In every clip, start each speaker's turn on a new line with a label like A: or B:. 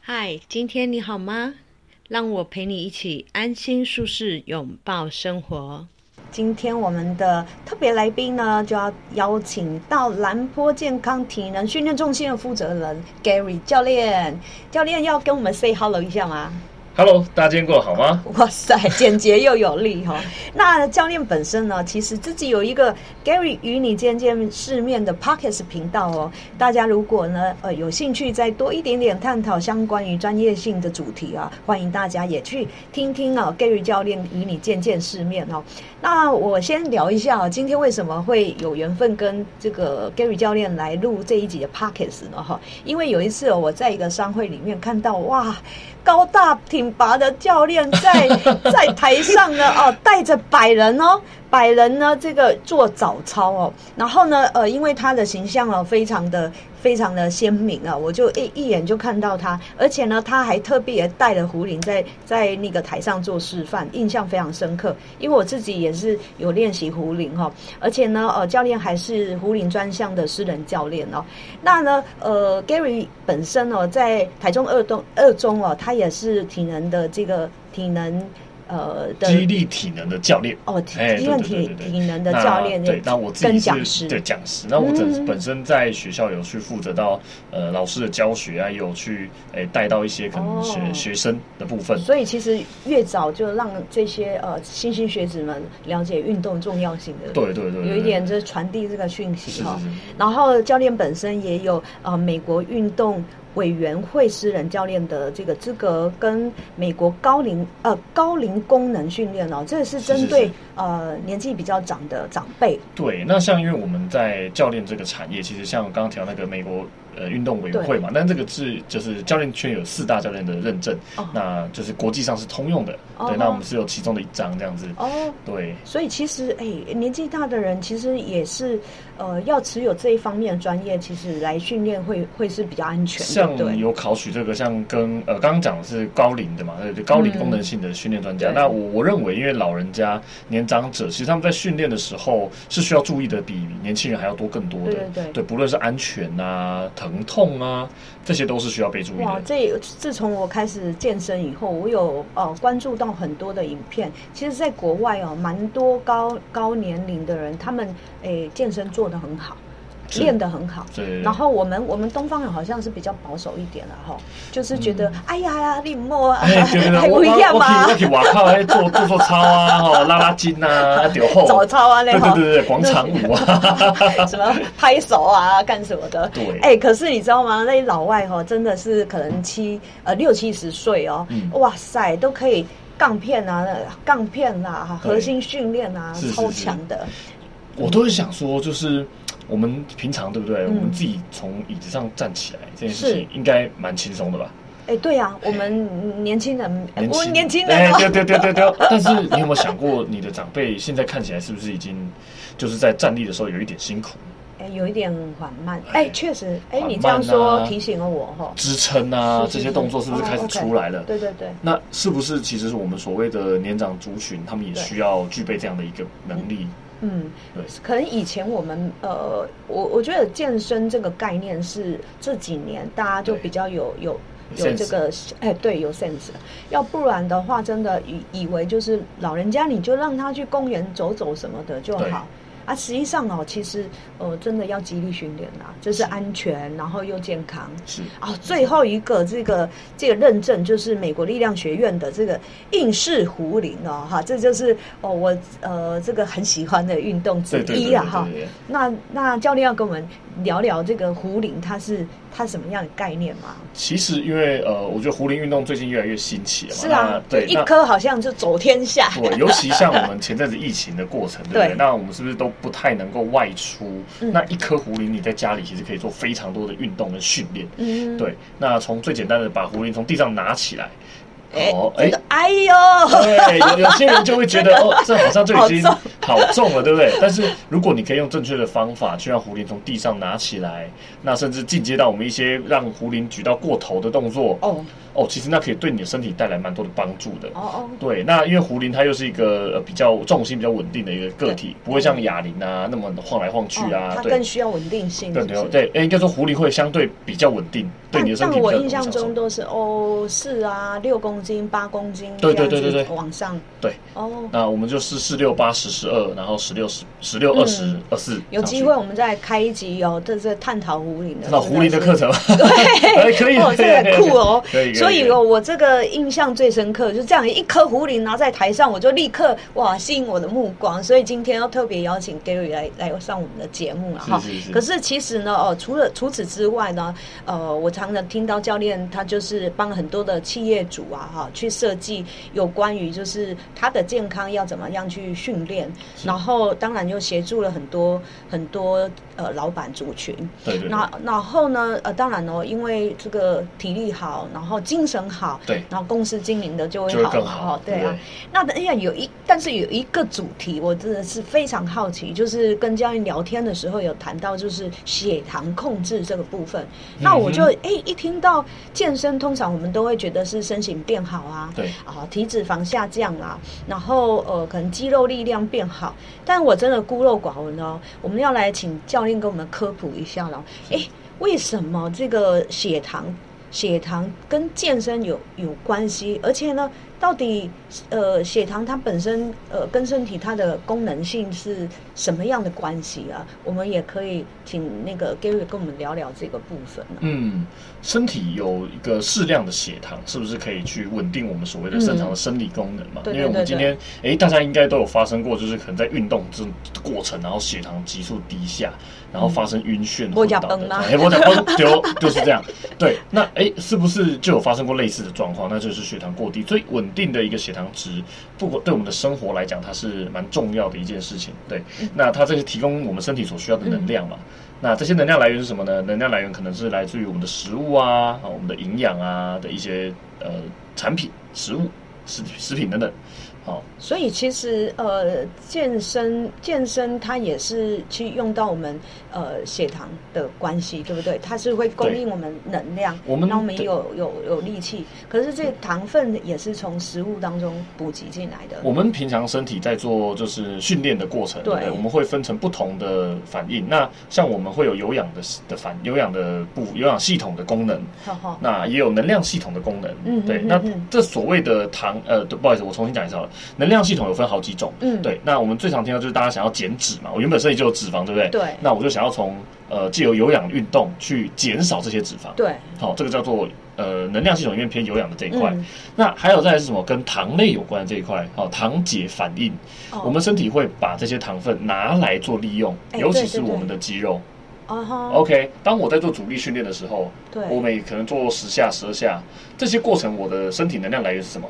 A: 嗨，今天你好吗？让我陪你一起安心舒适拥抱生活。
B: 今天我们的特别来宾呢，就要邀请到兰坡健康体能训练中心的负责人 Gary 教练。教练要跟我们 say hello 一下吗？
C: Hello，大家今天过得好吗？
B: 哇塞，简洁又有力哈、哦！那教练本身呢，其实自己有一个 Gary 与你见见世面的 Pockets 频道哦。大家如果呢呃有兴趣再多一点点探讨相关于专业性的主题啊，欢迎大家也去听听啊 Gary 教练与你见见世面哦。那我先聊一下啊，今天为什么会有缘分跟这个 Gary 教练来录这一集的 Pockets 呢？哈，因为有一次、哦、我在一个商会里面看到哇。高大挺拔的教练在 在台上呢，哦，带着百人哦，百人呢，这个做早操哦，然后呢，呃，因为他的形象哦，非常的非常的鲜明啊，我就一一眼就看到他，而且呢，他还特别带了胡林在在那个台上做示范，印象非常深刻，因为我自己也是有练习胡林哈、哦，而且呢，呃，教练还是胡林专项的私人教练哦，那呢，呃，Gary 本身哦，在台中二中二中哦，他也是体能的这个体能。呃，的
C: 激励体能的教练哎
B: 哦，体能体体能的教练
C: 对，那我自
B: 跟
C: 己
B: 讲
C: 是
B: 师嗯
C: 对讲师，那我本本身在学校有去负责到呃老师的教学啊，也有去诶带到一些可能学
B: 哦
C: 学生的部分，
B: 所以其实越早就让这些呃新兴学子们了解运动重要性的，
C: 对对对对
B: 有一点就是传递这个讯息
C: 是
B: 哈、
C: 是是，
B: 然后教练本身也有呃美国运动委员会私人教练的这个资格，跟美国高龄呃高龄功能训练哦，这是针对
C: 是是是
B: 呃年纪比较长的长辈
C: 对，那像因为我们在教练这个产业，其实像我刚刚提到那个美国呃运动委员会嘛，但这个是就是教练圈有四大教练的认证，
B: 哦
C: 那就是国际上是通用的，
B: 哦
C: 对，那我们是有其中的一张这样子，
B: 哦。
C: 对，
B: 所以其实，哎，年纪大的人其实也是，呃，要持有这一方面的专业，其实来训练会会是比较安全的，对不
C: 像
B: 对。
C: 有考取这个，像跟呃刚刚讲的是高龄的嘛，对，就高龄
B: 嗯
C: 功能性的训练专家。
B: 对
C: 那我我认为，因为老人家、年长者，其实他们在训练的时候是需要注意的，比年轻人还要多更多的。
B: 对对对
C: 不论是安全啊、疼痛啊，这些都是需要被注意
B: 哇
C: 的，。
B: 这自从我开始健身以后，我有呃关注到很多的影片。其实，在国外哦，蛮多高高年龄的人，他们诶健身做得很好，
C: 是
B: 练得很好。
C: 对，
B: 然后我们我们东方人好像是比较保守一点了哈，就是觉得、哎呀，你莫啊，
C: 嗯哎， 对对对，
B: 还
C: 我
B: 不一
C: 我
B: 样嘛
C: 我，我去我靠，哎，做做做操啊，吼，拉拉筋 啊，丢后，
B: 早操啊那
C: 对对
B: 哈
C: 对对，广场舞 啊，
B: 什么拍手啊，干什么的？
C: 对
B: 哎、可是你知道吗？那些老外哈、哦，真的是可能七呃六七十岁哦，
C: 嗯
B: 哇塞，都可以杠片啊，杠片啊，
C: 对
B: 核心训练啊，
C: 是是
B: 超强的，
C: 我都是想说，就是我们平常对不对？
B: 嗯
C: 我们自己从椅子上站起来这件事情，应该蛮轻松的吧？
B: 哎、对呀、啊，我们年轻人，我们年轻人
C: 哎
B: 哦，
C: 对对对对对。 但是你有没有想过，你的长辈现在看起来是不是已经就是在站立的时候有一点辛苦，
B: 哎、有一点缓慢，哎、
C: 哎
B: 确实，哎、
C: 缓
B: 你这样说
C: 慢啊
B: 提醒了我哈、
C: 支撑啊
B: 是哦
C: 这
B: 是
C: 些动作是不是开始出来了？
B: 对对对。
C: 那是不是其实是我们所谓的年长族群，他们也
B: 对
C: 需要具备这样的一个能力？
B: 嗯
C: 对，
B: 可能以前我们呃，我我觉得健身这个概念是这几年大家就
C: 对
B: 比较有有
C: 有
B: 有这
C: sense
B: 个哎，对，有 sense。要不然的话，真的以以为就是老人家你就让他去公园走走什么的就
C: 对
B: 好。啊，实际上哦，其实呃，真的要极力训练啦，就是安全，然后又健康。
C: 是
B: 哦，最后一个这个这个认证就是美国力量学院的这个应试壶铃哦，哈，这就是哦我呃这个很喜欢的运动之
C: 对对对
B: 一
C: 对
B: 啊
C: 对
B: 哈
C: 对。对。
B: 那那教练要跟我们聊聊这个壶铃，它是它什么样的概念吗？
C: 其实因为呃，我觉得壶铃运动最近越来越兴起了嘛，
B: 是啊
C: 那，对，
B: 一
C: 那哦
B: 颗好像就走天下，
C: 对，尤其像我们前阵子疫情的过程，对不对？
B: 对
C: 那我们是不是都不太能够外出？
B: 嗯
C: 那一颗壶铃，你在家里其实可以做非常多的运动跟训练。
B: 嗯，
C: 对，那从最简单的把壶铃从地上拿起来，
B: 哎
C: 哦，哎
B: 这个哎呦，
C: 对，有有些人就会 觉得哦，这好像就已经
B: 好
C: 好重了，对不对？但是如果你可以用正确的方法去让狐狸从地上拿起来，那甚至进阶到我们一些让狐狸举到过头的动作，
B: 哦
C: 哦，其实那可以对你的身体带来蛮多的帮助的
B: 哦。哦，
C: 对，那因为狐狸它又是一个呃比较重心比较稳定的一个个体，不会像哑铃啊那么晃来晃去
B: 哦
C: 啊，
B: 它
C: 对
B: 更，需要稳定性，
C: 更
B: 是不是
C: 对，哎，应该说狐狸会相对比较稳定，对
B: 但
C: 你的身体
B: 但
C: 比较
B: 我
C: 有
B: 印象
C: 帮助
B: 中都是哦四啊六公斤八公斤
C: 对对对
B: 这样子
C: 对对
B: 往上
C: 对，
B: 哦。
C: 那我们就是四六八十十二，然后十六十十六二十二四，
B: 嗯有机会我们再开一集哦，这是探讨狐狸的，
C: 那狐狸的课程吗？哎
B: 对，
C: 可以
B: 哦，这个很酷哦
C: 可以可以可。以
B: 所以哦，我这个印象最深刻，就这样一颗狐狸拿在台上，我就立刻哇吸引我的目光。所以今天要特别邀请 Gary 来来上我们的节目了哈
C: 是是是。
B: 可是其实呢，哦，除了除此之外呢，呃，我常常听到教练他就是帮很多的企业主啊哈去设计有关于就是他的健康要怎么样去训练，然后当然又协助了很多很多呃老板族群。
C: 对对对
B: 那然后呢？呃，当然哦，因为这个体力好，然后精神好，
C: 对
B: 然后公司经营的就
C: 就
B: 会
C: 会
B: 好
C: 更
B: 嘛
C: 好
B: 哦对啊
C: 对不对。
B: 那当然有一，但是有一个主题，我真的是非常好奇，就是跟教练聊天的时候有谈到，就是血糖控制这个部分。那我就
C: 嗯
B: 哎一听到健身，通常我们都会觉得是身形变好啊，
C: 对
B: 啊，体脂肪下降啦、然后呃，可能肌肉力量变好。但我真的孤陋寡闻哦，我们要来请教练给我们科普一下了。哎，为什么这个血糖血糖跟健身有有关系？而且呢，到底呃血糖它本身呃跟身体它的功能性是什么样的关系啊？我们也可以请那个 Gary 跟我们聊聊这个部分、啊。
C: 嗯，身体有一个适量的血糖，是不是可以去稳定我们所谓的正常的生理功能嘛？
B: 嗯对对
C: 因为我们
B: 对
C: 今
B: 对
C: 天，诶，大家应该都有发生过，就是可能在运动这过程，然后血糖急速低下，然
B: 嗯
C: 后发生晕眩、
B: 没
C: 昏
B: 吃
C: 倒的
B: 饭
C: 状
B: 吗
C: 态。诶，我讲崩丢， 就是这样。对，那诶，是不是就有发生过类似的状况？那就是血糖过低，最稳定的一个血糖值，不管对我们的生活来讲，它是蛮重要的一件事情。对，那它这是提供我们身体所需要的能量嘛？那这些能量来源是什么呢？能量来源可能是来自于我们的食物啊，啊我们的营养啊的一些呃产品、食物、食食品等等。好、
B: 所以其实呃，健身健身它也是去用到我们呃血糖的关系，对不对？它是会供
C: 对
B: 应我们能量，
C: 我们
B: 让我们
C: 对
B: 有有有力气。可是这个糖分也是从食物当中补给进来的。
C: 我们平常身体在做就是训练的过程，
B: 对
C: 对不对，我们会分成不同的反应。那像我们会有有氧的的反有氧的部有氧系统的功能，
B: 哈哈，
C: 那也有能量系统的功能。
B: 嗯
C: 对，
B: 嗯
C: 那
B: 嗯嗯
C: 这所谓的糖，呃，对不好意思，我重新讲一下好了。能量系统有分好几种，
B: 嗯
C: 对。那我们最常听到就是大家想要减脂嘛，我原本身体就有脂肪，对不对？
B: 对
C: 那我就想要从呃借由有氧运动去减少这些脂肪。
B: 对，
C: 好、这个叫做呃能量系统里面偏有氧的这一块。
B: 嗯
C: 那还有再来是什么？跟糖类有关的这一块，好、糖解反应，
B: 哦
C: 我们身体会把这些糖分拿来做利用，
B: 哎
C: 尤其
B: 对
C: 是
B: 对对
C: 我们的肌肉。
B: 啊哈
C: OK，当我在做阻力训练的时候，
B: 对
C: 我每可能做十下、十二下，这些过程我的身体能量来源是什么？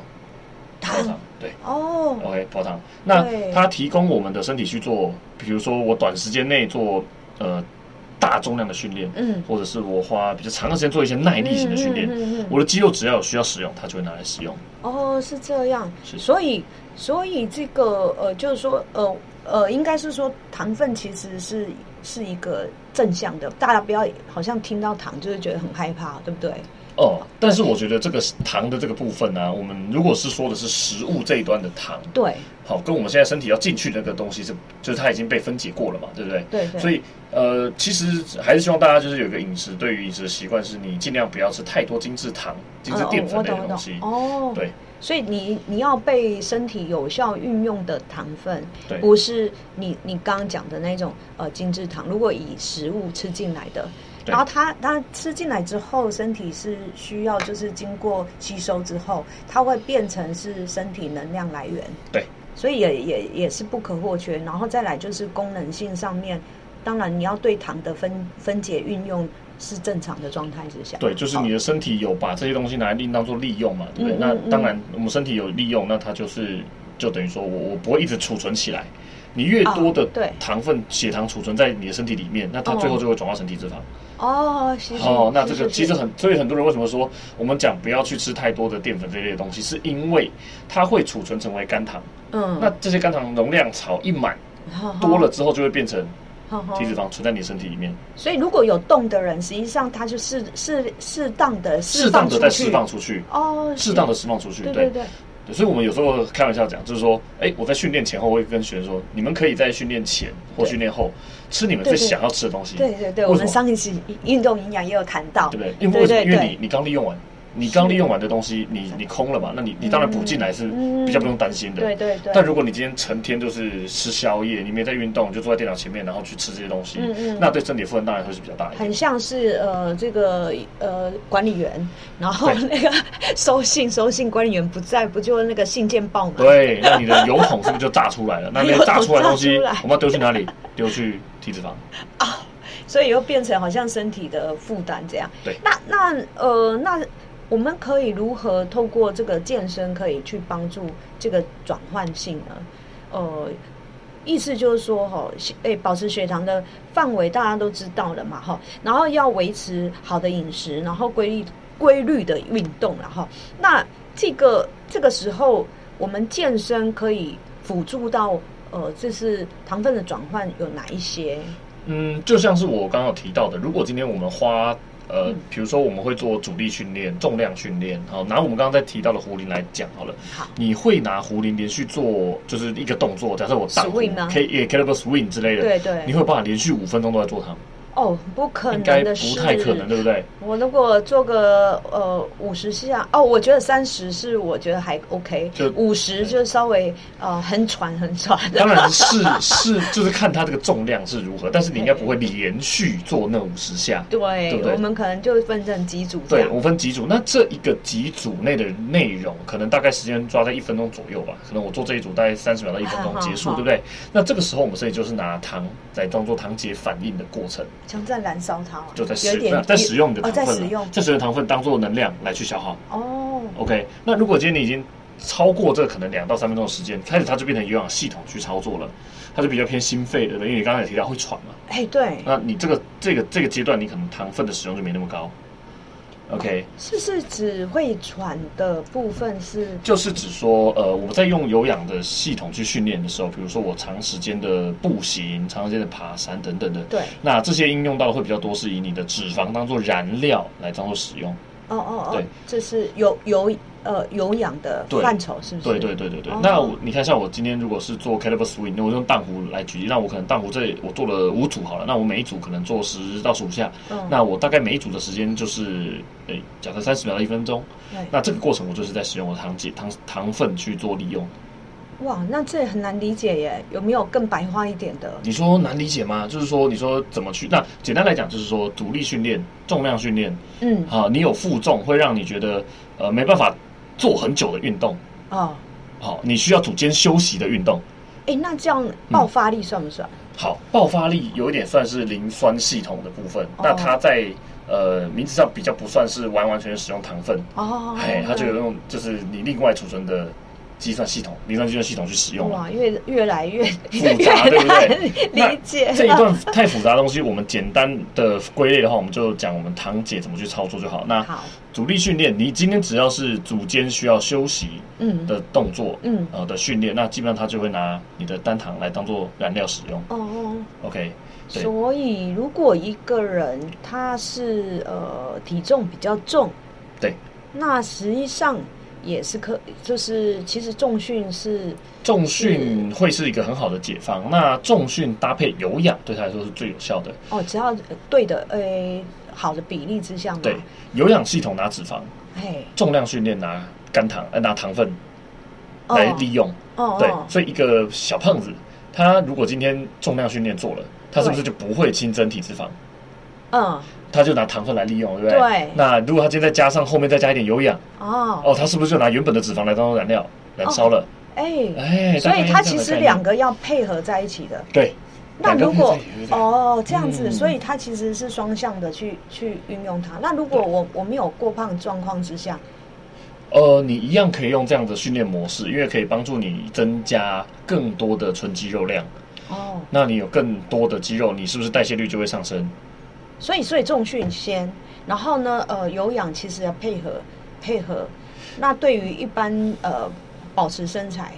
B: 糖
C: 糖，对。
B: 哦，
C: OK，泡汤。那
B: 对
C: 它提供我们的身体去做，比如说我短时间内做呃大重量的训练，
B: 嗯
C: 或者是我花比较长的时间做一些耐力型的训练，
B: 嗯嗯嗯嗯嗯
C: 我的肌肉只要有需要使用，它就会拿来使用。
B: 哦，是这样，
C: 是
B: 所以所以这个呃，就是说呃呃，应该是说糖分其实是是一个正向的，大家不要好像听到糖就是觉得很害怕，对不对？
C: 哦，但是我觉得这个糖的这个部分呢、我们如果是说的是食物这一端的糖，
B: 对，
C: 好，跟我们现在身体要进去的那个东西是，就是它已经被分解过了嘛，对不对？
B: 对对
C: 所以呃，其实还是希望大家就是有一个饮食，对于饮食的习惯是，你尽量不要吃太多精致糖、精致
B: 哦
C: 淀
B: 我
C: 粉类
B: 懂
C: 的
B: 我
C: 东
B: 懂
C: 西。
B: 哦，
C: 对，
B: 所以你你要被身体有效运用的糖分，
C: 对
B: 不是你你刚刚讲的那种呃精制糖。如果以食物吃进来的，
C: 对
B: 然后它它吃进来之后，身体是需要就是经过吸收之后，它会变成是身体能量来源，
C: 对，
B: 所以也也也是不可或缺。然后再来就是功能性上面，当然你要对糖的分分解运用是正常的状态之下，
C: 对，就是你的身体有把这些东西拿来另当做利用嘛，对不
B: 嗯
C: 对？
B: 嗯
C: 那当然，我们身体有利用，那它就是就等于说我我不会一直储存起来。你越多的
B: 哦对
C: 糖分、血糖储存在你的身体里面，那它最后就会转化成体脂肪。
B: 哦，是是
C: 哦，那
B: 是
C: 这个
B: 是
C: 其实
B: 是
C: 很，所以很多人为什么说我们讲不要去吃太多的淀粉这类的东西，是因为它会储存成为肝糖。
B: 嗯
C: 那这些肝糖容量槽一满多了之后，就会变成
B: 哦
C: 体脂肪存在你的身体里面，
B: 所以如果有动的人，实际上他就是适适当的
C: 适当的再释放
B: 出
C: 出去
B: 去，哦，是
C: 适当的释放出去。
B: 对对对，
C: 对所以我们有时候开玩笑讲，就是说，哎，我在训练前后会跟学生说，你们可以在训练前或
B: 对
C: 训练后吃你们最
B: 对对
C: 想要吃的东西。
B: 对对对，
C: 为
B: 我
C: 什
B: 们
C: 么
B: 上一期运动营养也有谈到，
C: 对不
B: 对
C: 对？因为为什么
B: 对
C: 因为
B: 对
C: 你你刚利用完，你刚利用完的东西，你你空了嘛，那你你当然补进来是比较不用担心的。
B: 嗯对对对。
C: 但如果你今天成天就是吃宵夜，你没在运动，就坐在电脑前面，然后去吃这些东西，
B: 嗯嗯
C: 那对身体负担当然会是比较大一点
B: 很。像是呃这个呃管理员，然后
C: 对
B: 那个 收信收信管理员不在，不就那个信件报吗？
C: 对，那你的油桶是不是就炸出来了？那那个炸出来的东
B: 油
C: 西
B: 桶炸出来，
C: 我们要丢去哪里？丢去体脂肪。
B: 所以又变成好像身体的负担这样。
C: 对
B: 那那呃那我们可以如何透过这个健身可以去帮助这个转换性呢？呃。意思就是说，哈，诶、保持血糖的范围大家都知道了嘛，哈，然后要维持好的饮食，然后规律规律的运动了，哈。那这个这个时候，我们健身可以辅助到，呃，这是糖分的转换有哪一些？
C: 嗯，就像是我刚刚有提到的，如果今天我们花呃
B: 嗯，
C: 比如说我们会做阻力训练、重量训练，好，拿我们刚刚在提到的壶铃来讲好了。
B: 好
C: 你会拿壶铃连续做就是一个动作，假设我荡壶
B: Swing 吗
C: 可以也 c a l i b r swing 之类的，
B: 对对
C: 你会有办法连续五分钟都在做它？
B: 哦，不可
C: 应
B: 能
C: 该
B: 的事，
C: 不太可能，对不对？
B: 我如果做个呃五十下，哦，我觉得三十是我觉得还 OK，
C: 就
B: 五十就稍微呃很喘很喘。
C: 当然是是，就是看它这个重量是如何，但是你应该不会连续做那五十下。
B: 对，
C: 对不对
B: 我们可能就分成几组这
C: 对，
B: 样。
C: 我分几组，那这一个几组内的内容，可能大概时间抓在一分钟左右吧。可能我做这一组大概三十秒到一分钟
B: 好
C: 结束，
B: 好
C: 对不对？那这个时候我们身体就是拿糖来当做糖解反应的过程，
B: 像在燃烧它嘛，
C: 就在
B: 有
C: 使
B: 一点
C: 在使用你的
B: 哦，
C: 糖
B: 在
C: 分了，啊
B: 使用
C: 在使用糖分当做能量来去消耗。
B: 哦，
C: OK，那如果今天你已经超过这可能两到三分钟的时间，开始它就变成有氧系统去操作了，它就比较偏心肺的了，因为你刚才也提到会喘嘛。
B: 哎，对，
C: 那你这个这个这个阶段，你可能糖分的使用就没那么高。OK，
B: 是不是只会喘的部分是
C: 就是指说，呃，我们在用有氧的系统去训练的时候，比如说我长时间的步行、长时间的爬山等等的，
B: 对，
C: 那这些应用到的会比较多，是以你的脂肪当做燃料来当做使用。
B: 哦哦哦
C: 对，
B: 这是有有呃有氧的
C: 对
B: 范畴，是不是？
C: 对对对对对。
B: 哦
C: 那我你看，像我今天如果是做 caliber swing，那我用荡壶来举例，那我可能荡壶这我做了五组好了，那我每一组可能做十到十五下，
B: 嗯
C: 那我大概每一组的时间就是，诶，假设三十秒到一分钟，
B: 对
C: 那这个过程我就是在使用我的糖解糖糖分去做利用。
B: 哇，那这很难理解耶，有没有更白话一点的？
C: 你说难理解吗？就是说，你说怎么去？那简单来讲，就是说独立训练、重量训练，
B: 嗯，
C: 好、你有负重会让你觉得呃没办法做很久的运动，
B: 哦，
C: 好、你需要组间休息的运动。
B: 哎，那这样爆发力算不算？
C: 好，爆发力有一点算是磷酸系统的部分，
B: 哦
C: 那它在呃名字上比较不算是完完全全使用糖分，
B: 哦，
C: 哎、它就有用就是你另外储存的计算系统，磷酸计算系统去使用了。
B: 哇，越越来越
C: 复杂，对
B: 越
C: 不对？那
B: 难理解
C: 这一
B: 了。
C: 段太复杂的东西，我们简单的归类的话，我们就讲我们堂姐怎么去操作就好。那
B: 好，
C: 主力训练，你今天只要是组间需要休息
B: 嗯，
C: 的动作，
B: 嗯
C: 呃的训练，那基本上他就会拿你的单糖来当做燃料使用。
B: 哦，
C: OK，对
B: 所以如果一个人他是呃体重比较重，
C: 对，
B: 那实际上也是可，就是其实重训是
C: 重训
B: 嗯
C: 会是一个很好的解放。那重训搭配有氧，对他来说是最有效的。
B: 哦，只要呃对的，诶，好的比例之下嘛，
C: 对，有氧系统拿脂肪，
B: 嘿，
C: 重量训练拿肝糖，呃，拿糖分
B: 哦
C: 来利用。
B: 哦，
C: 对
B: 哦，
C: 所以一个小胖子，他如果今天重量训练做了，他是不是就不会新增体脂肪？
B: 嗯，
C: 他就拿糖分来利用，对不对？
B: 对
C: 那如果他今天再加上后面再加一点有氧，
B: 哦，
C: 哦，他是不是就拿原本的脂肪来当做燃料燃烧了？
B: 哎、
C: 哎，
B: 所
C: 大概
B: 以
C: 是
B: 它
C: 这样
B: 其
C: 的
B: 实
C: 概念
B: 两个要配合在一起的。
C: 对。
B: 那
C: 两个
B: 如果
C: 配在一起
B: 哦这样子，
C: 嗯
B: 所以它其实是双向的去去运用它。那如果我我没有过胖状况之下，
C: 呃，你一样可以用这样的训练模式，因为可以帮助你增加更多的纯肌肉量，
B: 哦，
C: 那你有更多的肌肉，你是不是代谢率就会上升？
B: 所以所以重训先，然后呢，呃，有氧其实要配合配合。那对于一般呃保持身材，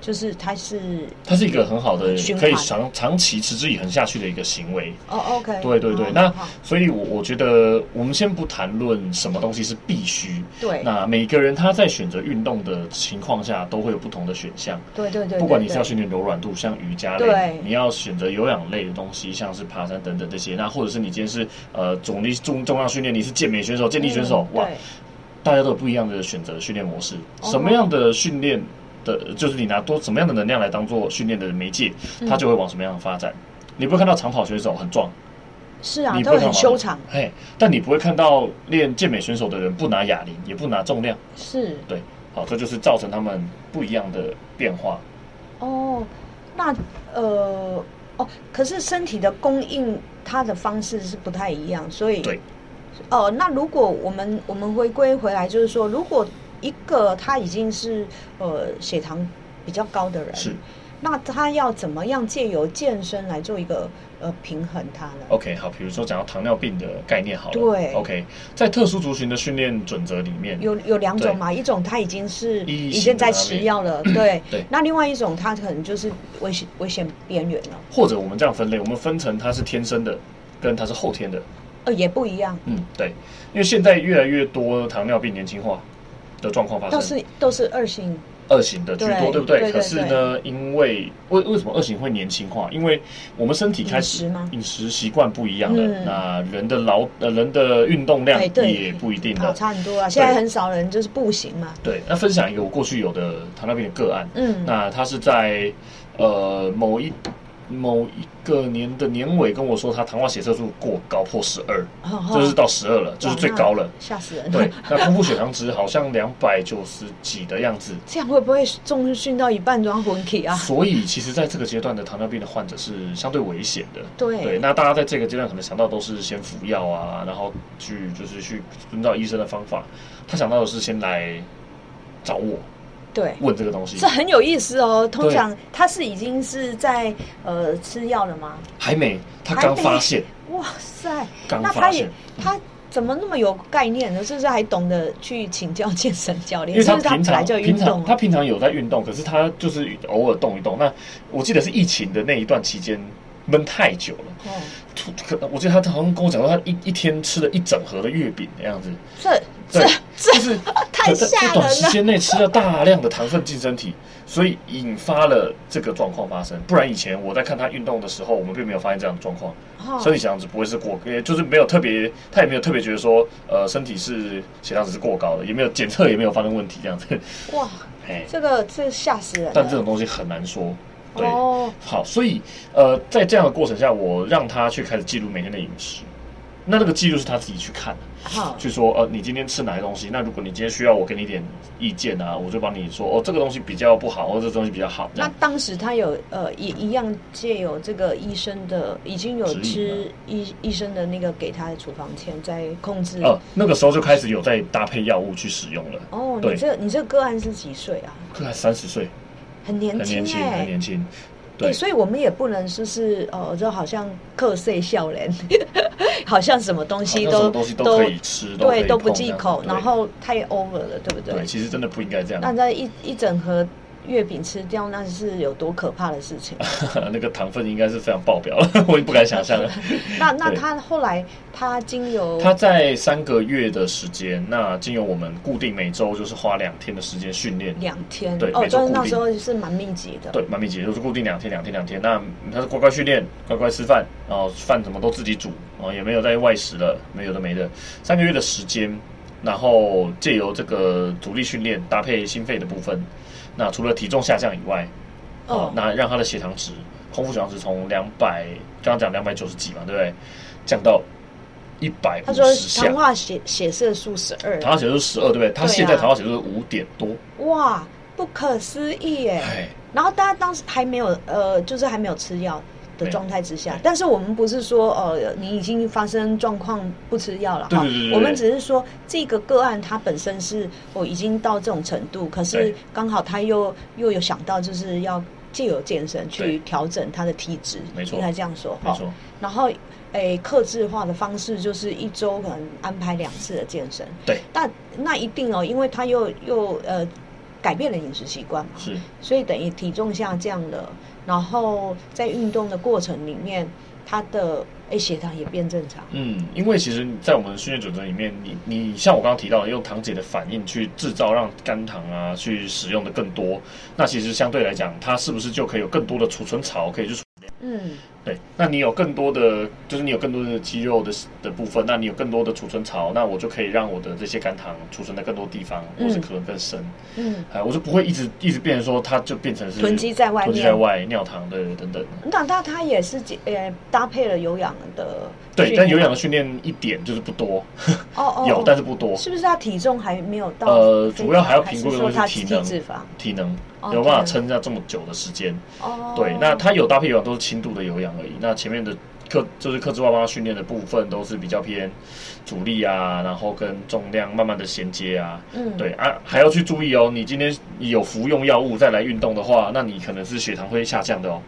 B: 就是它是
C: 它是一个很好的
B: 嗯循，环
C: 可以长长期持之以恒下去的一个行为。
B: 哦，OK，
C: 对对对，
B: 哦
C: 那
B: 好
C: 所以我，我觉得我们先不谈论什么东西是必须。
B: 对
C: 那每个人他在选择运动的情况下，都会有不同的选项。
B: 对对对，
C: 不管你
B: 对
C: 是要训练柔软度，像瑜伽类
B: 对，
C: 你要选择有氧类的东西，像是爬山等等这些。那或者是你今天是呃总力重重量训练，你是健美选手、健力选手，
B: 嗯
C: 哇，
B: 对
C: 大家都有不一样的选择训练模式。
B: 哦
C: 什么样的训练的，就是你拿多什么样的能量来当做训练的媒介，
B: 嗯
C: 它就会往什么样的发展。你不会看到长跑选手很壮，
B: 是啊，
C: 你
B: 都
C: 不会看
B: 很
C: 到
B: 修长，
C: 嘿，但你不会看到练健美选手的人不拿哑铃，也不拿重量，
B: 是
C: 对，好，这就是造成他们不一样的变化。
B: 哦。那呃哦，可是身体的供应它的方式是不太一样，所以
C: 对，
B: 哦，那如果我们我们回归回来，就是说，如果一个他已经是呃血糖比较高的人，
C: 是。
B: 那他要怎么样借由健身来做一个呃平衡他呢？
C: OK，好，比如说讲到糖尿病的概念好了，
B: 对
C: ，OK，在特殊族群的训练准则里面，
B: 有有两
C: 对
B: 种嘛，一种他已经是
C: 一型
B: 已
C: 的
B: 经在
C: 糖尿
B: 吃
C: 病
B: 药了，对，
C: 对
B: 那另外一种他可能就是危险危险边缘了，
C: 或者我们这样分类，我们分成它是天生的，跟它是后天的。
B: 呃，也不一样，
C: 嗯，对，因为现在越来越多糖尿病年轻化的状况发
B: 都
C: 生，
B: 是都是二型，
C: 二型的居多，
B: 对
C: 对不对？
B: 对对
C: 可是呢，因为为为什么二型会年轻化？因为我们身体开始
B: 饮食吗
C: 饮食习惯不一样了，
B: 嗯
C: 那人的劳呃人的运动量
B: 哎对
C: 也不一定
B: 跑
C: 了。
B: 差很多啊，现在
C: 对
B: 很少人就是步行嘛，
C: 对，那分享一个我过去有的糖尿病的个案，
B: 嗯，
C: 那他是在呃某一某一个年的年尾跟我说，他糖化血色素过高破十二，
B: 这
C: 就是到十二了，就是最高了。
B: 啊 吓死人，
C: 对，那空腹血糖值好像两百九十几的样子，
B: 这样会不会重训到一半装魂体 啊？
C: 所以其实在这个阶段的糖尿病的患者是相对危险的。
B: 对
C: 对，那大家在这个阶段可能想到都是先服药啊，然后去就是去遵照医生的方法。他想到的是先来找我
B: 对，
C: 问这个东西
B: 这，很有意思哦。通常他是已经是在呃吃药了吗？
C: 还没，他
B: 还
C: 刚
B: 没
C: 发现，
B: 哇塞，
C: 刚
B: 那
C: 发
B: 他也
C: 现。
B: 他怎么那么有概念呢？是不是还懂得去请教健身教
C: 因
B: 练？
C: 为
B: 是
C: 他
B: 不是他
C: 平
B: 本来
C: 常
B: 就有
C: 平
B: 运
C: 常
B: 动
C: 他
B: 啊？
C: 平常有在运动，可是他就是偶尔动一动。那我记得是疫情的那一段期间闷太久了，
B: 哦，
C: 突可我记得他好像跟我讲说，他一一天吃了一整盒的月饼的样子，
B: 这
C: 对
B: 这，
C: 就是
B: 太
C: 在
B: 吓
C: 在
B: 人
C: 短时
B: 了
C: 间内吃了大量的糖分进身体，所以引发了这个状况发生。不然以前我在看他运动的时候，我们并没有发现这样的状况。
B: 哦
C: 身体血糖值不会是过，呃就是没有特别，他也没有特别觉得说，呃，身体是血糖值是过高的，也没有检测也没有发生问题这 样子。
B: 哇，
C: 哎，
B: 这个这吓死人了！
C: 但这种东西很难说。对，
B: 哦，
C: 好，所以呃，在这样的过程下，我让他去开始记录每天的饮食。那那个记录是他自己去看的，
B: 好，
C: 去说呃，你今天吃哪些东西？那如果你今天需要我给你一点意见啊，我就帮你说哦，这个东西比较不好，或者这个东西比较好。这
B: 那
C: 样
B: 当时他有呃一一样借由这个医生的已经有
C: 指引
B: 吃医医生的那个给他的处方前在控制。
C: 呃，那个时候就开始有在搭配药物去使用了。
B: 哦，
C: 对
B: 你这你这个个案是几岁啊？
C: 快三十岁，
B: 很年
C: 很
B: 轻
C: 年轻，
B: 哎、
C: 很年轻。对
B: 欸，所以我们也不能说是呃，就好像克岁笑脸， 好像什么东
C: 好
B: 西
C: 像
B: 都
C: 什么东西都可以吃，可以
B: 对都不
C: 碰
B: 忌
C: 这样
B: 口，
C: 对
B: 然后太 over 了，对不对？
C: 对，其实真的不应该这样
B: 那。那一一整盒月饼吃掉，那是有多可怕的事 情？
C: 那个糖分应该是非常爆表了， 我也不敢想 象了。
B: 那那
C: 对
B: 他后来他经由
C: 他在三个月的时间，那经由我们固定每周就是花两天的时间训练，
B: 两天，
C: 对
B: 哦，
C: 每周
B: 就是
C: 固
B: 那
C: 定
B: 时候是蛮密集的，
C: 对，蛮密集的，就是固定两天、两天、两天。那他是乖乖训练，乖乖吃饭，然后饭什么都自己煮，哦，也没有在外食了，没有的没的。三个月的时间，然后借由这个阻力训练搭配心肺的部分，那除了体重下降以外，哦
B: 哦，，
C: 那让他的血糖值，空腹血糖值从两百，刚刚讲两百九十几嘛，对不对？降到一百
B: 他
C: 五
B: 说
C: 十啊下
B: 糖，化血血色素十二，
C: 糖化血素十二，对不对？他现在
B: 对啊
C: 糖化血素五点多，
B: 哇，不可思议耶！
C: 哎，
B: 然后大家当时还没有呃，就是还没有吃药的状态之下
C: 对，
B: 但是我们不是说呃你已经发生状况不吃药了
C: 对
B: 哈
C: 对对对对，
B: 我们只是说这个个案它本身是我、哦已经到这种程度，可是
C: 对
B: 刚好他又又有想到就是要借由健身去
C: 对
B: 调整他的体质，
C: 没错
B: 应该这样说
C: 没
B: 哈。
C: 错，
B: 然后，诶，克制化的方式就是一周可能安排两次的健身，
C: 对，
B: 但那一定哦，因为他又又呃改变了饮食习惯嘛，
C: 是
B: 所以等于体重下降了，然后在运动的过程里面，他的诶血糖也变正常，
C: 嗯，因为其实，在我们的训练准则里面，你你像我刚刚提到的，用糖解的反应去制造让肝糖啊去使用的更多，那其实相对来讲，它是不是就可以有更多的储存槽可以去储？
B: 嗯，
C: 对，那你有更多的，就是你有更多的肌肉的的部分，那你有更多的储存槽，那我就可以让我的这些肝糖储存在更多地方，
B: 嗯
C: 或是可能更深，
B: 嗯，
C: 哎、我就不会一直一直变成说它就变成是
B: 囤积在外面
C: 囤积在外尿糖对等等。
B: 那他他也是呃搭配了有氧的训
C: 对，
B: 练，
C: 但有氧的训练一点就是不多，
B: 哦哦
C: 有
B: 哦
C: 但是不多。
B: 是不是他体重还没有到？
C: 呃主要还要评
B: 还
C: 估的
B: 是说
C: 东西是
B: 他
C: 体
B: 体
C: 能
B: 脂肪。
C: 体能
B: 哦
C: 有办法
B: 对
C: 撑下这么久的时间。
B: 哦，
C: 对，那它有搭配有氧都是轻度的有氧而已。那前面的克就是克制化帮他训练的部分都是比较偏阻力啊，然后跟重量慢慢的衔接啊。
B: 嗯，
C: 对啊，还要去注意哦，你今天有服用药物再来运动的话，那你可能是血糖会下降的哦。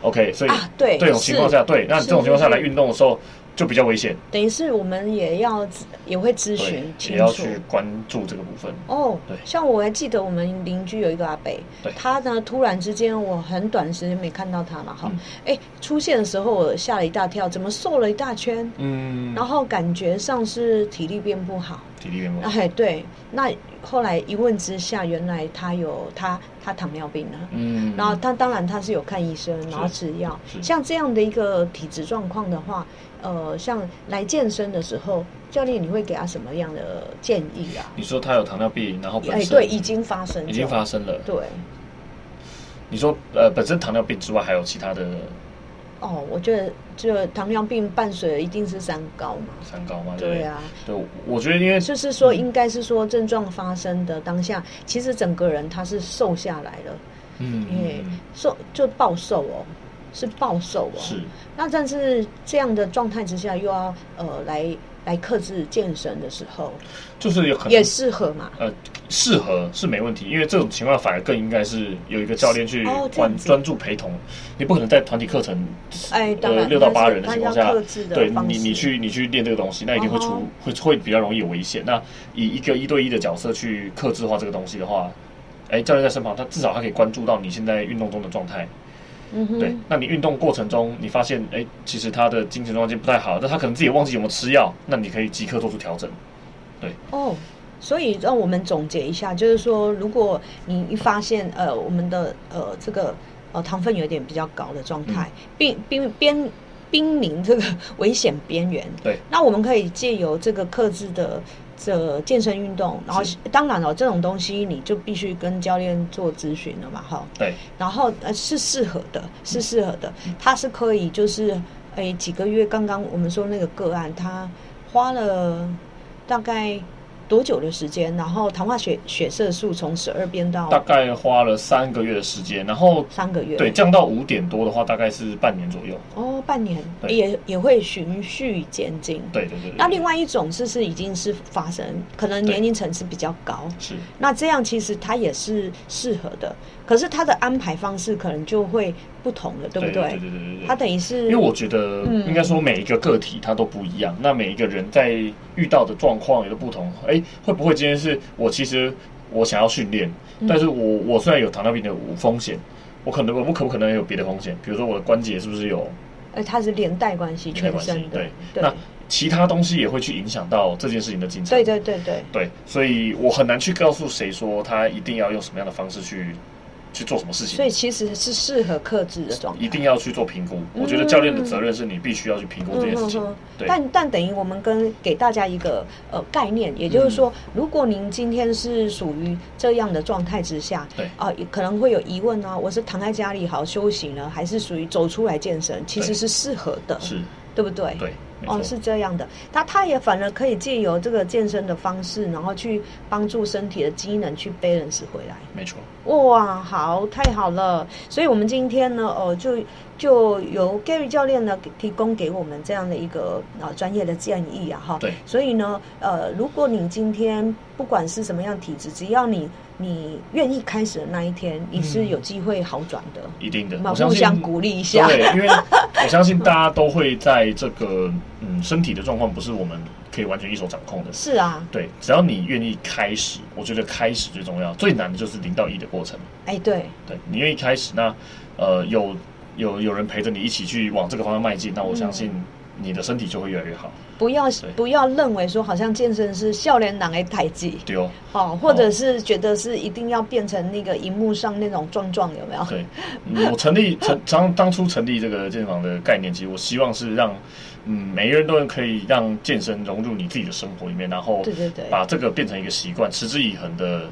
C: OK，所以
B: 啊，对，
C: 这种情况
B: 是
C: 下，对，那你这种
B: 是
C: 情况下
B: 是
C: 来运动的时候就比较危险，
B: 等于是我们也要也会咨
C: 对
B: 询，
C: 也
B: 清
C: 要
B: 楚
C: 去关注这个部分。
B: 哦
C: 对。
B: 像我还记得我们邻居有一个阿伯
C: 对，
B: 他呢突然之间，我很短时间没看到他了哈
C: 嗯，
B: 哎、出现的时候我吓了一大跳，怎么瘦了一大圈？
C: 嗯，
B: 然后感觉上是体力变不好，
C: 体力变化，
B: 哎，对，那后来一问之下，原来他有他他糖尿病了，
C: 嗯，
B: 然后他当然他是有看医生，然后吃药。
C: 是
B: 像这样的一个体质状况的话，呃，像来健身的时候，教练你会给他什么样的建议啊？
C: 你说他有糖尿病，然后本
B: 哎，
C: 身
B: 对，已经发生就，
C: 已经发生了。
B: 对，
C: 你说呃，本身糖尿病之外还有其他的
B: 哦，我觉得这糖尿病伴随的一定是三高嘛。
C: 三高吗？
B: 对
C: 呀，
B: 啊，
C: 对，我我觉得因为
B: 就是说，应该是说症状发生的当下，其实整个人他是瘦下来了，
C: 嗯
B: 哎，瘦就暴瘦哦，是暴瘦哦。
C: 是
B: 那但是这样的状态之下，又要呃来来克制健身的时候，
C: 就是有可能
B: 也适合嘛？
C: 呃适合是没问题，因为这种情况反而更应该是有一个教练去
B: 哦这样
C: 关
B: 子
C: 专注陪同，你不可能在团体课程
B: 哎，当然，
C: 呃六到八人的情况下
B: 它是它要克制，的
C: 对
B: 方
C: 你
B: 式
C: 你去你去练这个东西，那一定会出、
B: 哦
C: 会会比较容易有危险。那以一个一对一的角色去克制化这个东西的话。哎，教练在身旁，他至少他可以关注到你现在运动中的状态，
B: 嗯哼
C: 对，那你运动过程中，你发现哎，其实他的精神状态不太好，那他可能自己也忘记有没有吃药，那你可以即刻做出调整。
B: 哦。所以让我们总结一下，就是说，如果你一发现呃我们的呃这个呃糖分有点比较高的状态，
C: 嗯
B: 并并边。濒临这个 危险边缘，
C: 对，
B: 那我们可以借由这个克制的这健身运动，然后
C: 是
B: 当然了、这种东西你就必须跟教练做咨询了嘛，哈，
C: 对，
B: 然后呃是适合的，
C: 嗯
B: 是适合的，他是可以就是诶几个月，刚刚我们说那个个案，他花了大概多久的时间，然后糖化血血色素从十二变到
C: 大概花了三个月的时间，然后
B: 三个月，
C: 对降到五点多的话，大概是半年左右。
B: 哦，半年
C: 对
B: 也也会循序渐进。
C: 对对对对。
B: 那另外一种是是已经是发生，可能
C: 对
B: 年龄层次比较高，
C: 是
B: 那这样其实它也是适合的，可是它的安排方式可能就会不同了，对不
C: 对对对对对对
B: 它等于是
C: 因为我觉得，
B: 嗯
C: 应该说每一个个体他都不一样，那每一个人在遇到的状况也都不同。哎，会不会今天是我其实我想要训练，
B: 嗯
C: 但是我我虽然有糖尿病的风险，我可能我可不可能有别的风险？比如说我的关节是不是有
B: 呃，它是连带关系，
C: 连带
B: 全
C: 关系
B: 身的，
C: 对
B: 对
C: 那其他东西也会去影响到这件事情的进程？
B: 对对对对
C: 对，所以我很难去告诉谁说他一定要用什么样的方式去去做什么事情。
B: 所以其实是适合克制的状态，
C: 一定要去做评估。我觉得教练的责任是你必须要去评估这件事情。
B: 嗯
C: 对
B: 但但等于我们跟给大家一个呃概念，也就是说，
C: 嗯
B: 如果您今天是属于这样的状态之下，
C: 对
B: 啊、也可能会有疑问啊，我是躺在家里好好休息呢，还是属于走出来健身？其实
C: 对
B: 是适合的，
C: 是，
B: 对不对？
C: 对，没错，
B: 嗯哦，是这样的，他他也反而可以借由这个健身的方式，然后去帮助身体的机能去 balance 回来。
C: 没错，
B: 哇，好，太好了！所以我们今天呢，哦，就就由 Gary 教练呢给提供给我们这样的一个啊专业的建议啊哈。
C: 对。
B: 所以呢，呃，如果你今天不管是什么样体质，只要你你愿意开始的那一天，你是有机会好转的。
C: 一定的，
B: 我
C: 嗯我
B: 们
C: 相
B: 互
C: 信
B: 相鼓励一下。
C: 对， 因为我相信大家都会在这个嗯身体的状况不是我们可以完全一手掌控的。
B: 是啊，
C: 对，只要你愿意开始，我觉得开始最重要，最难的就是零到一的过程。
B: 哎，对，
C: 对你愿意开始，那呃有有有人陪着你一起去往这个方向迈进，那我
B: 嗯
C: 相信你的身体就会越来越好。
B: 不要
C: 对
B: 不要认为说好像健身是笑脸党的代志
C: 对哦，
B: 哦，或者是觉得是一定要变成那个荧幕上那种壮壮，有没有？
C: 对，嗯我成立成当当初成立这个健身房的概念，其实我希望是让嗯每个人都可以让健身融入你自己的生活里面，然后
B: 对对对
C: 把这个变成一个习惯，持之以恒的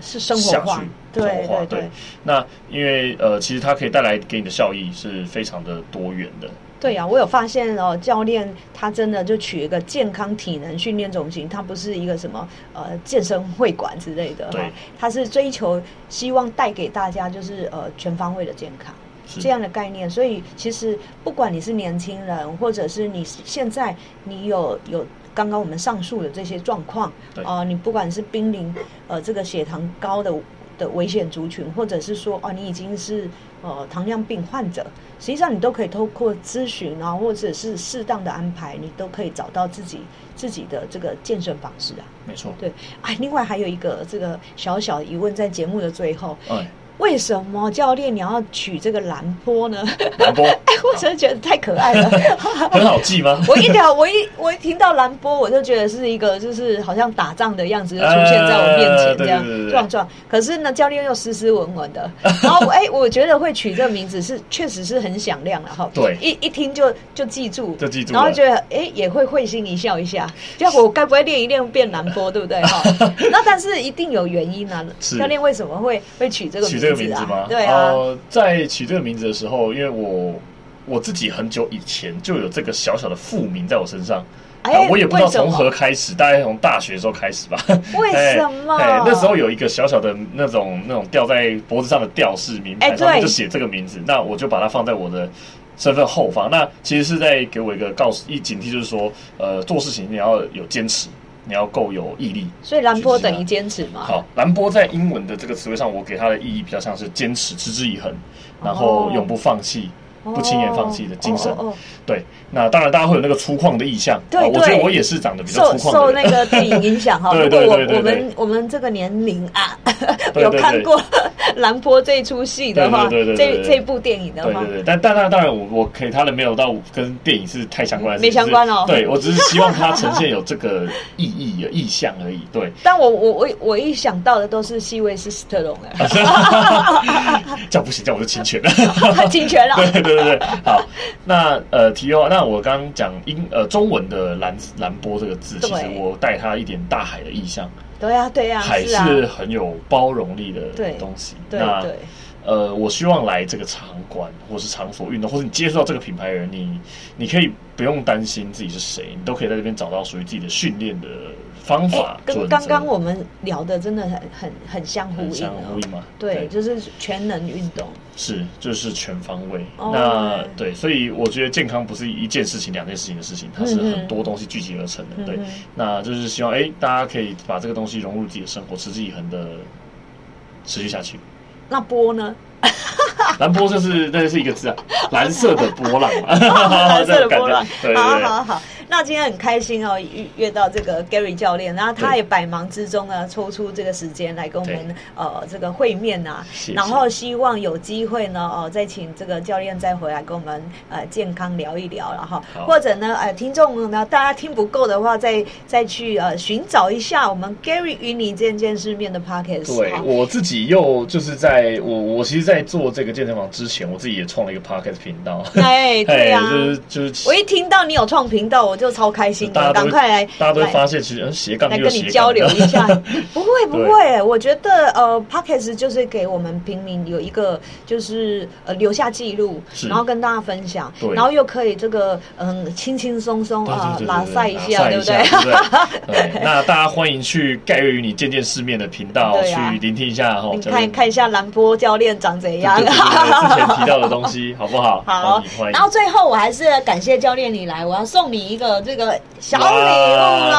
B: 是生活
C: 下去
B: 化，对
C: 生活化
B: 对对
C: 那因为呃，其实它可以带来给你的效益是非常的多元的。
B: 对呀、我有发现哦，教练他真的就取一个健康体能训练中心，他不是一个什么呃健身会馆之类的哈、
C: 对
B: 他是追求希望带给大家就是呃全方位的健康。
C: 是
B: 这样的概念。所以其实不管你是年轻人，或者是你现在你有有刚刚我们上述的这些状况，
C: 对
B: 啊、你不管是濒临呃这个血糖高的。的危险族群，或者是说，哦，你已经是呃糖尿病患者，实际上你都可以透过咨询啊，或者是适当的安排，你都可以找到自己自己的这个健身方式啊。
C: 没错。
B: 对，哎，另外还有一个这个小小疑问，在节目的最后，
C: 哎，
B: 为什么教练你要取这个蓝波呢？ 哎
C: 蓝波
B: 我真的觉得太可爱了。
C: 很好 记吗？
B: 我一聊，我一我一听到蓝波，我就觉得是一个就是好像打仗的样子就出现在我面前这样
C: 哎对对对对
B: 壮壮。可是呢，教练又斯斯文文的。然后哎、我觉得会取这个名字是确实是很响亮了哈。
C: 对
B: 一一听就就记住，
C: 就记住了
B: 然后觉得哎、也会会心一笑一下。这样我该不会练一练变蓝波对不对哈？ 那但是一定有原因啊。
C: 是
B: 教练为什么会会取这个
C: 取这个
B: 名
C: 名
B: 字
C: 字吗
B: 啊？？对啊。
C: 呃，在取这个名字的时候，因为我我自己很久以前就有这个小小的复名在我身上。
B: 哎
C: 啊我也不知道
B: 为什么
C: 从何开始，大概从大学的时候开始吧。
B: 为什么
C: 哎哎那时候有一个小小的那种那种吊在脖子上的吊饰名
B: 哎
C: 牌，上面
B: 对
C: 就写这个名字，那我就把它放在我的。身份后方，那其实是在给我一个告诉，一警惕，就是说，呃，做事情你要有坚持，你要够有毅力。
B: 所以兰波等于
C: 去执行它
B: 坚持嘛。
C: 好，兰波在英文的这个词汇上，我给它的意义比较像是坚持、持之以恒，然后永不放弃、
B: 哦，
C: 不轻言放弃的精神。
B: 哦哦哦
C: 对，那当然大家会有那个粗犷的意向，
B: 对
C: 啊我觉得
B: 对
C: 我也是长得比较
B: 受
C: 粗犷
B: 受
C: 的
B: 那
C: 人。
B: 个电影影响哈，
C: 对
B: 如果
C: 对
B: 我
C: 对对
B: 我
C: 对
B: 们我们这个年龄啊，
C: 对
B: 有
C: 对
B: 看
C: 对
B: 过兰波这一出戏的话，
C: 对对对对
B: 这
C: 对对
B: 这部电影的
C: 对
B: 话
C: 对，对，但但但当然我，我可以他的没有到跟电影是太相关的事情，
B: 没相关哦
C: 只是对我只是希望它呈现有这个意义、有意向而已。对，
B: 但我我我我一想到的都是西维斯斯特龙哎，
C: 这样不行，这样我就侵权 了。
B: 金泉啊了，
C: 对对对对，好，那呃，题外话，那我刚刚讲英呃中文的蓝蓝波这个字，
B: 对
C: 其实我带它一点大海的意象，
B: 对呀对呀，
C: 海
B: 是啊，
C: 是很有包容力的
B: 对
C: 东西。
B: 对
C: 那
B: 对，
C: 呃，我希望来这个场馆或是场所运动，或者你接触到这个品牌的人，你你可以不用担心自己是谁，你都可以在这边找到属于自己的训练的方法。
B: 跟
C: 准
B: 刚
C: 则
B: 刚我们聊的真的很很很相呼
C: 很
B: 应
C: 相呼
B: 哦，
C: 应嘛，
B: 对，就是全能运动，
C: 是，就是全方位。
B: 哦
C: 那对，所以我觉得健康不是一件事情、两件事情的事情，它是
B: 嗯嗯
C: 很多东西聚集而成的。对
B: 嗯，
C: 那就是希望哎，大家可以把这个东西融入自己的生活，持之以恒的持续下去。
B: 那波呢？
C: 蓝波就是那是一个 字啊，蓝色的波浪嘛，
B: 蓝色的波浪
C: 这种感觉对对对，
B: 好好好，那今天很开心哦，遇遇到这个 Gary 教练，然后他
C: 对
B: 也百忙之中呢，抽出这个时间来跟我们
C: 对
B: 呃这个会面啊，
C: 谢谢
B: 然后希望有机会呢，哦、再请这个教练再回来跟我们呃健康聊一聊了哈，
C: 好
B: 或者呢呃听众呢大家听不够的话，再再去呃寻找一下我们 Gary 与你见见世面的 Podcast，
C: 对
B: 哈
C: 我自己又就是在我我其实，在做这个健身房之前，我自己也创了一个 podcast 频道，
B: 哎对呀、
C: 嘿就是就是
B: 我一听到你有创频道，我就超开心
C: 大
B: 的，
C: 家都
B: 赶
C: 会
B: 快来
C: 大家都会
B: 来
C: 发现，其实嗯斜杠
B: 来
C: 也有
B: 跟
C: 斜
B: 你
C: 杠
B: 交流
C: 的
B: 一 下。不会不
C: 对
B: 会，我觉得呃 p o c k e t 就是给我们平民有一个就是呃留下记录，
C: 是
B: 然后跟大家分享
C: 对，
B: 然后又可以这个嗯轻轻松松啊
C: 对对对对对
B: 拉塞一下，
C: 拉
B: 对
C: 一
B: 不
C: 下
B: 对？
C: 对 哦不对？对那大家欢迎去盖瑞与你见见世面的频道
B: 对啊
C: 去聆听一下哈，
B: 你
C: 教
B: 看
C: 练
B: 看一下兰波教练长怎样
C: 对。对对对之前提到的东西，好不好？
B: 好
C: 欢迎欢迎
B: 然后最后我还是感谢教练你来，我要送你一个这个小礼物
C: 哇
B: 啦，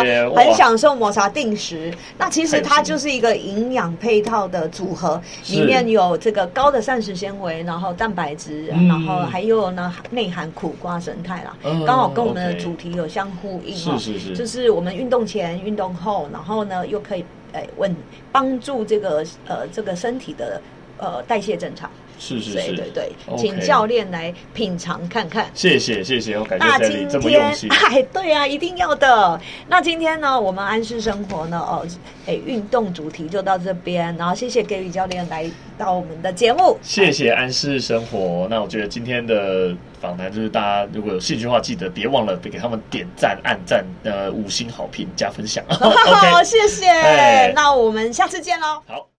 C: 谢谢哇
B: 很享受抹茶定时。那其实
C: 太
B: 它
C: 有心
B: 就是一个营养配套的组合，
C: 是
B: 里面有这个高的膳食纤维，然后蛋白质，
C: 嗯
B: 然后还有呢内含苦瓜生态啦，
C: 嗯
B: 刚好跟我们的
C: OK
B: 主题有相呼应哦。
C: 是是，
B: 就是是我们运动前、运动后，然后呢又可以哎稳帮助这个呃这个身体的呃代谢正常。
C: 是是
B: 对
C: 是，
B: 对对
C: OK
B: 请教练来品尝看看。
C: 谢谢谢谢，我感
B: 那
C: 谢 Sally
B: 今
C: 这么
B: 天
C: 用心，
B: 哎，对啊，一定要的。那今天呢，我们安适生活呢，哦，哎，运动主题就到这边，然后谢谢给予教练来到我们的节目。
C: 谢谢安适生活。那我觉得今天的访谈就是大家如果有兴趣的话，记得别忘了给他们点赞、按赞、呃五星好评加分享。OK，
B: 谢谢
C: 哎。
B: 那我们下次见喽。
C: 好。